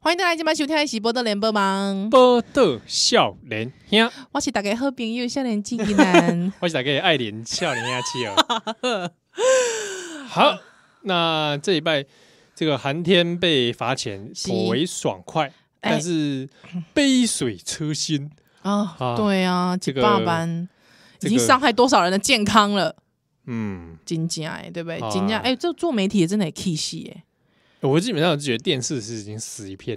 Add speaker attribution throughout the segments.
Speaker 1: 欢迎大家今晚收听的是《波特联播网》，
Speaker 2: 波特少年兄，
Speaker 1: 我是大家好朋友少年纪一男
Speaker 2: 我是大家爱莲少年兄 妻儿。好，那这一拜这个寒天被罚钱
Speaker 1: 是
Speaker 2: 颇为爽快，
Speaker 1: 哎
Speaker 2: 但是杯水车薪，
Speaker 1: 啊
Speaker 2: 啊，
Speaker 1: 对啊，这
Speaker 2: 这
Speaker 1: 个
Speaker 2: 个
Speaker 1: 爸班已
Speaker 2: 这
Speaker 1: 经
Speaker 2: 个
Speaker 1: 伤害多少人的健康了，
Speaker 2: 嗯，
Speaker 1: 真假哎，对不对？
Speaker 2: 啊
Speaker 1: 真假哎，这做媒体的真的很气戏哎。
Speaker 2: 我基本上觉得电视是已经死一片，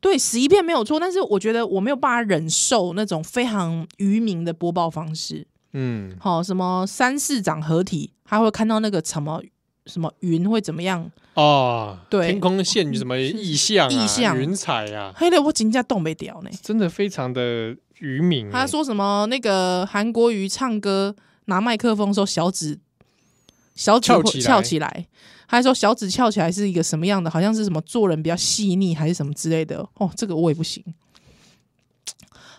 Speaker 1: 对，十一片没有错，但是我觉得我没有办法忍受那种非常愚民的播报方式。
Speaker 2: 嗯，
Speaker 1: 好、什么三市长合体，他会看到那个什么什么云会怎么样？
Speaker 2: 哦，
Speaker 1: 对
Speaker 2: 天空线什么意象、啊、
Speaker 1: 意象
Speaker 2: 云彩啊，
Speaker 1: 黑的我金价冻没掉呢。
Speaker 2: 真的非常的愚民、
Speaker 1: 他
Speaker 2: 欸。
Speaker 1: 说什么那个韩国瑜唱歌拿麦克风的时候小指小指
Speaker 2: 翘
Speaker 1: 会
Speaker 2: 起来
Speaker 1: 翘起来，他还说小指翘起来是一个什么样的？好像是什么做人比较细腻还是什么之类的。哦，这个我也不行。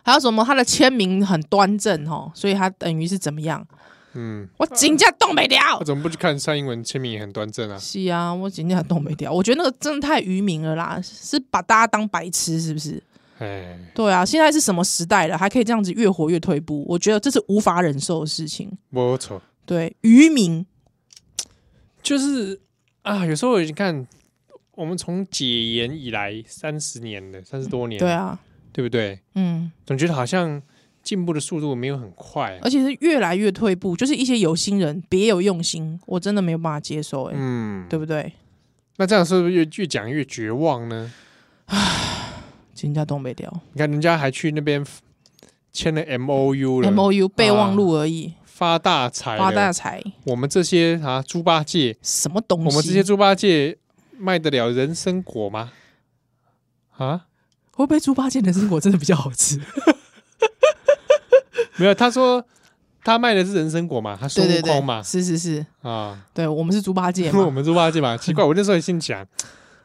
Speaker 1: 还有什么？他的签名很端正哦，所以他等于是怎么样？
Speaker 2: 嗯，
Speaker 1: 我金价冻没掉
Speaker 2: 我。怎么不去看蔡英文签名也很端正啊？
Speaker 1: 是啊，我金价冻没掉。我觉得那个真的太愚民了啦，是把大家当白痴是不是？
Speaker 2: 哎，
Speaker 1: 对啊，现在是什么时代了，还可以这样子越活越退步？我觉得这是无法忍受的事情。
Speaker 2: 没错。
Speaker 1: 对，渔民
Speaker 2: 就是啊，有时候你看，我们从解严以来三十年了，三十多年，
Speaker 1: 对，啊，
Speaker 2: 对不对？
Speaker 1: 嗯，
Speaker 2: 总觉得好像进步的速度没有很快，
Speaker 1: 而且是越来越退步，就是一些有心人别有用心，我真的没有办法接受、欸，哎、
Speaker 2: 嗯，
Speaker 1: 对不对？
Speaker 2: 那这样是不是越越讲越绝望呢？
Speaker 1: 人家东北调
Speaker 2: 你看人家还去那边 f- 签了 M O U 了
Speaker 1: M O U 备忘录而已，
Speaker 2: 发大财了，
Speaker 1: 发大财，
Speaker 2: 我们这些啊猪八戒，
Speaker 1: 什么东西？
Speaker 2: 我们这些猪八戒卖得了人参果吗？啊，
Speaker 1: 会不会猪八戒的生活真的比较好 吃？
Speaker 2: 没有，他说他卖的是人参果嘛，他孙
Speaker 1: 对对
Speaker 2: 悟
Speaker 1: 对
Speaker 2: 空，嘛，
Speaker 1: 是是是，
Speaker 2: 啊。
Speaker 1: 对我们是猪八 戒
Speaker 2: 因为我
Speaker 1: 嘛？
Speaker 2: 们猪八戒嘛，奇怪，我那时候也心想，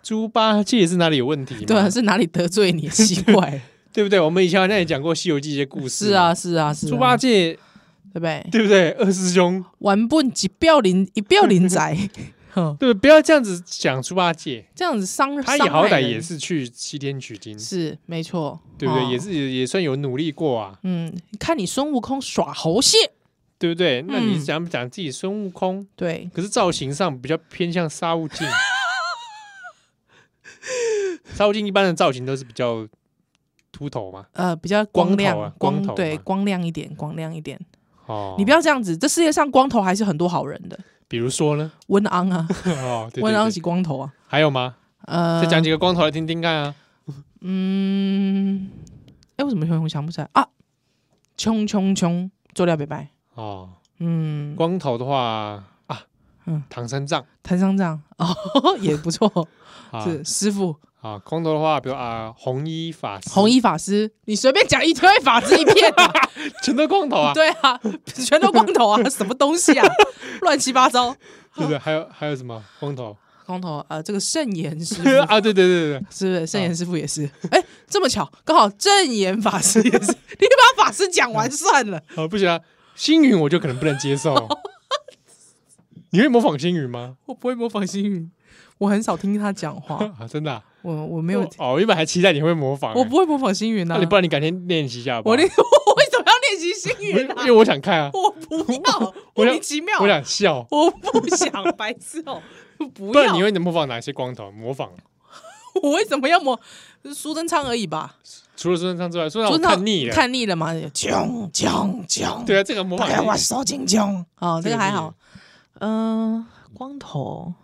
Speaker 2: 猪八戒是哪里有问题嘛？
Speaker 1: 对啊，是哪里得罪你？ 奇怪，
Speaker 2: 对不对？我们以前好像也讲过《西游记》一些故 事，
Speaker 1: 是啊，，是啊是啊，
Speaker 2: 猪八戒
Speaker 1: 对不对？
Speaker 2: 对不对？二师兄，
Speaker 1: 玩本一表零一表零 仔，哼
Speaker 2: 对不对，不要这样子讲猪八戒，
Speaker 1: 这样子伤
Speaker 2: 他
Speaker 1: 伤
Speaker 2: 也好
Speaker 1: 害
Speaker 2: 歹
Speaker 1: 人
Speaker 2: 也是去西天取经，
Speaker 1: 是没错，
Speaker 2: 对不对？
Speaker 1: 哦
Speaker 2: 也是也算有努力过啊，
Speaker 1: 嗯，看你孙悟空耍猴戏，
Speaker 2: 对不对？那
Speaker 1: 嗯
Speaker 2: 你讲讲自己孙悟空，
Speaker 1: 对，
Speaker 2: 可是造型上比较偏向沙悟净， 沙悟净一般的造型都是比较秃头嘛，
Speaker 1: 呃，比较
Speaker 2: 光
Speaker 1: 光
Speaker 2: 头
Speaker 1: 亮，
Speaker 2: 啊光头
Speaker 1: 对，
Speaker 2: 嘛
Speaker 1: 光亮一点，光亮一点。
Speaker 2: 哦，
Speaker 1: 你不
Speaker 2: 要，
Speaker 1: 要这样子，这世界上光头还是很多好人的。
Speaker 2: 比如说呢，
Speaker 1: 温昂啊，
Speaker 2: 哦，对对
Speaker 1: 温昂
Speaker 2: 对
Speaker 1: 是，光头啊，
Speaker 2: 还有吗？
Speaker 1: 呃，
Speaker 2: 再讲几个光头来听听看啊！
Speaker 1: 嗯，哎，为什么熊熊想不起来啊？冲冲冲，做料拜拜，
Speaker 2: 哦，
Speaker 1: 嗯，
Speaker 2: 光头的话啊，
Speaker 1: 嗯
Speaker 2: 唐三藏
Speaker 1: 谭商长哦， 也不错，
Speaker 2: 啊
Speaker 1: 是师傅
Speaker 2: 啊，光头的话，比如啊，红衣法师，
Speaker 1: 红衣法师，你随便讲一堆法师一片啊，
Speaker 2: 全都光头 啊，
Speaker 1: 对啊，全都光头啊，什么东西啊，乱七八糟。
Speaker 2: 对不
Speaker 1: 啊
Speaker 2: 对？还有还有什么光头
Speaker 1: 光头呃，这个圣严 师傅
Speaker 2: 啊？对对对对，
Speaker 1: 是不是？圣严师傅也是，哎、这么巧，刚好正言法师也是，你把法师讲完算了。
Speaker 2: 啊，不行啊，星云我就可能不能 接受。你会模仿星云吗？
Speaker 1: 我不会模仿星云，我很少听他讲话，
Speaker 2: 啊，真的啊
Speaker 1: 我我没有，
Speaker 2: 哦，我原本还期待你会模仿欸，
Speaker 1: 我不会模仿星云的、
Speaker 2: 那
Speaker 1: 啊。
Speaker 2: 你不然你改天练习一下吧。
Speaker 1: 我练， 我为什么要练习星
Speaker 2: 因为
Speaker 1: 云啊
Speaker 2: 因为？我想看啊，
Speaker 1: 我不要，
Speaker 2: 我
Speaker 1: 莫
Speaker 2: 想
Speaker 1: 名其妙，
Speaker 2: 我想笑。
Speaker 1: 我不想，白痴哦、不
Speaker 2: 不
Speaker 1: 要
Speaker 2: 然你，会模仿哪些光头？模仿
Speaker 1: 我为什么要模苏贞昌而已吧？
Speaker 2: 除了孙中山之外，孙
Speaker 1: 苏
Speaker 2: 中
Speaker 1: 贞
Speaker 2: 山
Speaker 1: 昌
Speaker 2: 我看腻了。
Speaker 1: 看腻了嘛？ 囧囧囧，
Speaker 2: 对啊，这个模仿
Speaker 1: 哎，我手紧张。哦，这个
Speaker 2: 这个
Speaker 1: 还
Speaker 2: 是
Speaker 1: 好。嗯、光头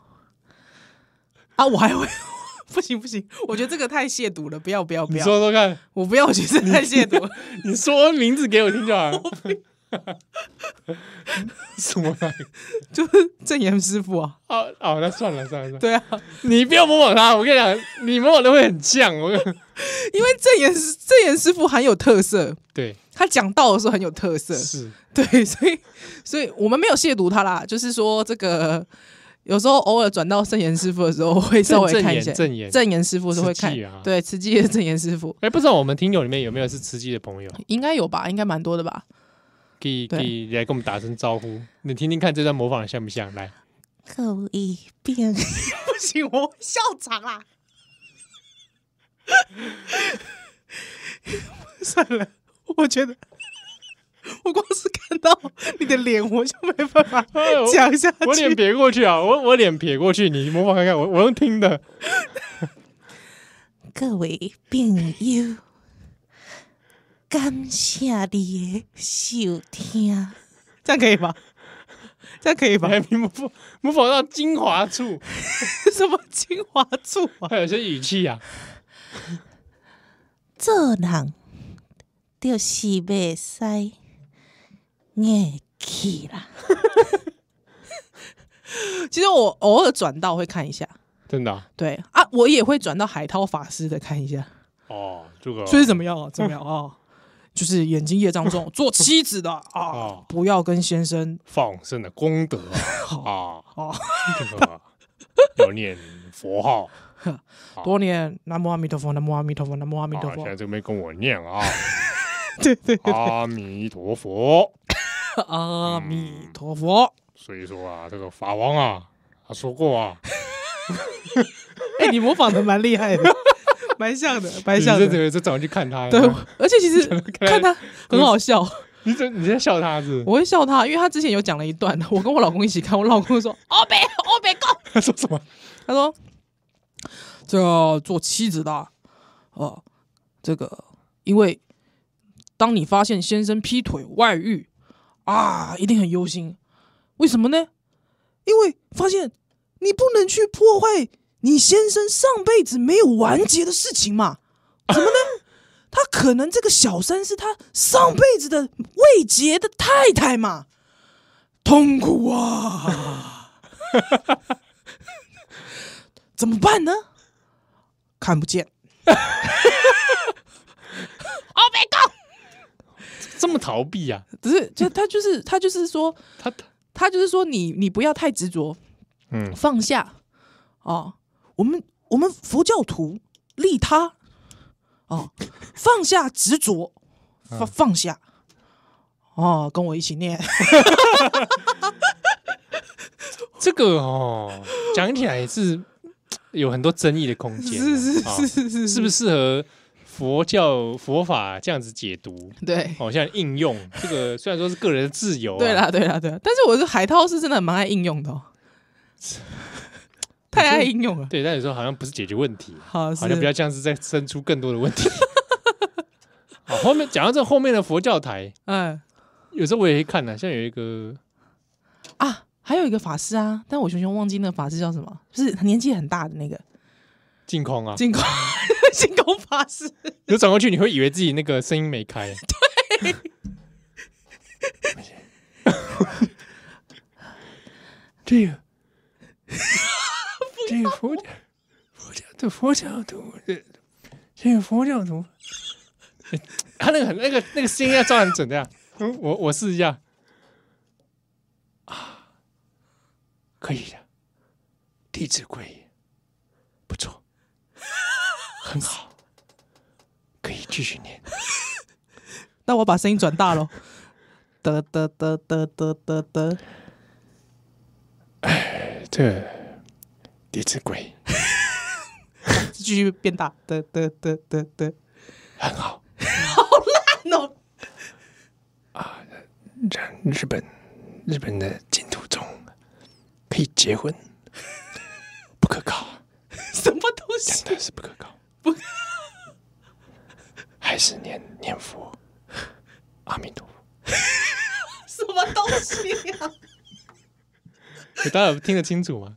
Speaker 1: 啊，我还会。 不行不行，我觉得这个太亵渎了，不要不要不
Speaker 2: 你
Speaker 1: 要！
Speaker 2: 说说看，
Speaker 1: 我不要，我觉得太亵渎 了。
Speaker 2: 你说名字给我听就好了。什么 啊？
Speaker 1: 就是正言师傅啊，
Speaker 2: 哦哦，那算了算了算了，
Speaker 1: 对啊，
Speaker 2: 你不要模仿他。我跟你讲，你模仿的会很像。我跟
Speaker 1: 因为正言师正言师傅很有特色，
Speaker 2: 对
Speaker 1: 他讲道的时候很有特色，
Speaker 2: 是
Speaker 1: 对，所以所以我们没有亵渎他啦，就是说这个有时候偶尔转到正言师傅的时候，我会稍微
Speaker 2: 正
Speaker 1: 看一
Speaker 2: 言
Speaker 1: 下
Speaker 2: 正言
Speaker 1: 正言师傅是会
Speaker 2: 慈
Speaker 1: 看
Speaker 2: 济啊，
Speaker 1: 对，慈济的正言师傅
Speaker 2: 哎，不知道我们听友里面有没有是吃鸡的朋友，
Speaker 1: 应该有吧，应该蛮多的吧。
Speaker 2: 可以
Speaker 1: 对
Speaker 2: 可以来跟我们打声招呼，你听听看这段模仿的像不像？来，
Speaker 3: 够一遍。
Speaker 1: 啊不行，我会笑场啦。
Speaker 2: 算了，我觉得
Speaker 1: 我光是看到你的脸，我就没办法
Speaker 2: 哎呦
Speaker 1: 讲下去。
Speaker 2: 我脸撇过去啊，我我脸撇过去，你模仿看看，我我用听的，
Speaker 1: 各位朋友，感谢你的收听，这样可以吗？这样可以吧？
Speaker 2: 还模仿模仿到精华处，
Speaker 1: 什么精华处啊？
Speaker 2: 还有些语气啊，
Speaker 1: 做人就是袂使硬气啦。 其实我偶尔转到会看一下，
Speaker 2: 真的啊
Speaker 1: 对啊，我也会转到海涛法师的看一下。
Speaker 2: 哦，这个
Speaker 1: 所以怎么样啊？怎么样啊？就是眼睛业障 重，做妻子的啊
Speaker 2: 哦，
Speaker 1: 不要跟先生
Speaker 2: 放生的功德啊，
Speaker 1: 哦。
Speaker 2: 这个要念佛号。好
Speaker 1: 多年南无阿弥陀佛，南无阿弥陀佛，南无阿弥陀
Speaker 2: 啊，
Speaker 1: 佛
Speaker 2: 现。在这边跟我念啊，
Speaker 1: 对对，
Speaker 2: 阿弥陀佛。
Speaker 1: 嗯阿弥陀佛。
Speaker 2: 所以说啊，这个法王啊，他说过啊，
Speaker 1: 哎，你模仿的蛮厉害的， 蛮像的，蛮
Speaker 2: 你
Speaker 1: 像
Speaker 2: 这
Speaker 1: 的。
Speaker 2: 这这早上去看他，
Speaker 1: 对，而且其实
Speaker 2: 来
Speaker 1: 看他很好笑，
Speaker 2: 你这你在笑他是不
Speaker 1: 我会笑他，因为他之前有讲了一段，我跟我老公一起看，我老公说：“欧北欧北够。
Speaker 2: 是？他说什么？”
Speaker 1: 他说：“这个做妻子的啊哦，这个因为当你发现先生劈腿外遇啊，一定很忧心。为什么呢？因为发现你不能去破坏你先生上辈子没有完结的事情嘛？怎么呢？他可能这个小三是他上辈子的未结的太太嘛，痛苦啊！怎么办呢？看不见。
Speaker 2: 这么逃避啊？
Speaker 1: 只是就他就是他就是说
Speaker 2: 他
Speaker 1: 他就是说你你不要太执着，
Speaker 2: 嗯
Speaker 1: 放下哦。我们我们佛教徒利他哦，放下执着，
Speaker 2: 嗯
Speaker 1: 放放下哦，跟我一起念。
Speaker 2: 这个哦，讲起来是有很多争议的空间啊，
Speaker 1: 是是
Speaker 2: 啊
Speaker 1: 是是是，
Speaker 2: 是不是适合佛教佛法这样子解读？
Speaker 1: 对。
Speaker 2: 好像 应用这个虽然说是个人的自由、啊，
Speaker 1: 对啦，对啦，对啦，但是我是海涛是真的蛮爱应用的、 哦，太爱应用了。
Speaker 2: 对，但有时候好像不是解决问题，
Speaker 1: 好，
Speaker 2: 好
Speaker 1: 是
Speaker 2: 像比较像是在生出更多的 问题。好，后面讲到这后面的佛教台，
Speaker 1: 嗯
Speaker 2: 有时候我也会看呢、像有一个
Speaker 1: 啊，还有一个法师啊，但我熊熊忘记那个法师叫什么，就是年纪很大的那个，
Speaker 2: 净空啊，
Speaker 1: 进 攻进攻法师，
Speaker 2: 有转过去你会以为自己那个声音没开，对，这个 这个佛教佛教的佛教徒，这这个佛教徒，他那个很那个那个声音要抓很准的呀，嗯我我试一下啊，啊可以的，弟子规不错，很好。可以继续念。
Speaker 1: 那我把声音转大喽， 得得得得得得得，
Speaker 2: 这弟子规
Speaker 1: 继续变大，得得得得得，
Speaker 2: 很好，
Speaker 1: 啊 no，
Speaker 2: 日本日本的净土宗可以结婚，不可靠，
Speaker 1: 什么东西？
Speaker 2: 但是不可靠，还是念念佛，阿弥陀佛。
Speaker 1: 啊什么东西啊？
Speaker 2: 大家有听得清楚吗？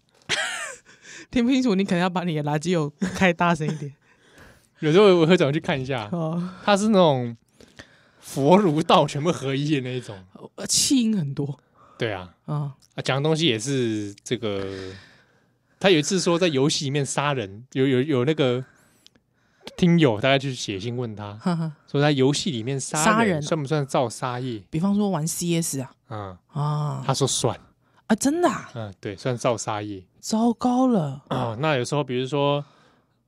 Speaker 1: 听不清楚，你可能要把你的垃圾油开大声一点
Speaker 2: 有时候我会转过去看一下，
Speaker 1: 哦，
Speaker 2: 它是那种佛儒道全部合一的那一种。
Speaker 1: 呃气音很多
Speaker 2: 对啊，
Speaker 1: 啊，
Speaker 2: 啊，讲的东西也是这个。他有一次说在游戏里面杀人，有有有那个听友大概去写信问他，
Speaker 1: 哈哈。
Speaker 2: 说他游戏里面杀
Speaker 1: 杀
Speaker 2: 人
Speaker 1: 人哦
Speaker 2: 算不算造杀业？
Speaker 1: 比方说玩 CS 啊
Speaker 2: 嗯，
Speaker 1: 啊
Speaker 2: 他说算，
Speaker 1: 啊，真的、啊、
Speaker 2: 嗯，对，算造杀业
Speaker 1: 糟糕了，
Speaker 2: 啊、那有时候比如说，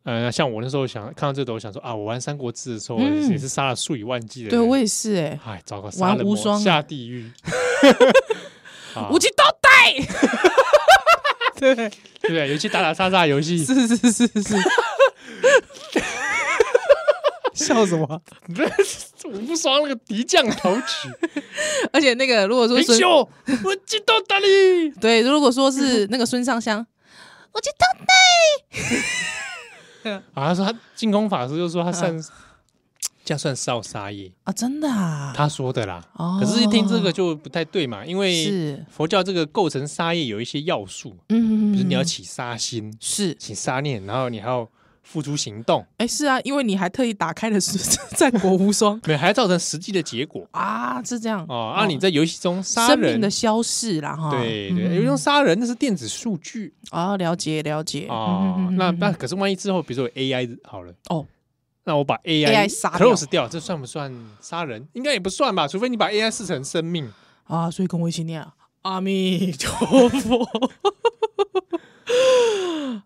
Speaker 2: 呃，像我那时候想看到这个，我想说啊，我玩三国志的时候，
Speaker 1: 嗯
Speaker 2: 也是杀了数以万计的
Speaker 1: 对
Speaker 2: 人，
Speaker 1: 我也是哎、
Speaker 2: 哎，糟糕，
Speaker 1: 玩
Speaker 2: 杀人
Speaker 1: 无
Speaker 2: 魔
Speaker 1: 双啊
Speaker 2: 下地狱， 啊
Speaker 1: 无极
Speaker 2: 对
Speaker 1: 倒带，对，
Speaker 2: 不对？ 有一些打打杀杀的游戏，
Speaker 1: 是是是是，
Speaker 2: 笑什么？ 我不刷那个敌将头 曲，
Speaker 1: 而且那个如果说
Speaker 2: 林
Speaker 1: 孙
Speaker 2: 秀，我知道哪里？
Speaker 1: 对，如果说是那个孙尚香，我知道的。
Speaker 2: 啊，他说他进攻法师就说他算，
Speaker 1: 嗯
Speaker 2: 这样算少杀业，
Speaker 1: 啊，真的啊，
Speaker 2: 他说的啦。
Speaker 1: 哦
Speaker 2: 可是一听这个就不太对嘛，因为
Speaker 1: 是，
Speaker 2: 佛教这个构成杀业有一些要素，
Speaker 1: 嗯，
Speaker 2: 就是你要起杀心、
Speaker 1: 是，
Speaker 2: 起杀念，然后你还要付出行动，
Speaker 1: 哎，是啊，因为你还特意打开了 是《战国无双》
Speaker 2: 对，还要造成实际的结果
Speaker 1: 啊，是这样
Speaker 2: 哦。啊，你在游戏中杀
Speaker 1: 生命
Speaker 2: 人
Speaker 1: 的，消逝啦，哈，
Speaker 2: 对
Speaker 1: 嗯
Speaker 2: 对，有一种杀人那是电子数据
Speaker 1: 啊，了解了解
Speaker 2: 哦。
Speaker 1: 嗯嗯嗯嗯
Speaker 2: 那
Speaker 1: 嗯
Speaker 2: 那可是万一之后，比如说有 AI 好了。
Speaker 1: 哦，
Speaker 2: 那我把 AI
Speaker 1: AI 杀掉
Speaker 2: close 掉，这算不算杀人？应该也不算吧，除非你把 AI 视成生命。
Speaker 1: 啊，所以跟我一起念啊阿弥陀佛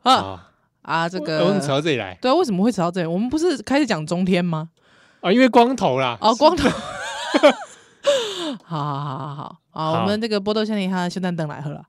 Speaker 1: 啊
Speaker 2: 啊，
Speaker 1: 啊，这
Speaker 2: 我们
Speaker 1: 个
Speaker 2: 扯到这里来
Speaker 1: 对啊，为什么会扯到这里？我们不是开始讲中天吗？
Speaker 2: 啊，因为光头啦，
Speaker 1: 哦，光头。 好好好好好，啊，
Speaker 2: 好
Speaker 1: 我们这个波多少年他的圣诞灯来喝了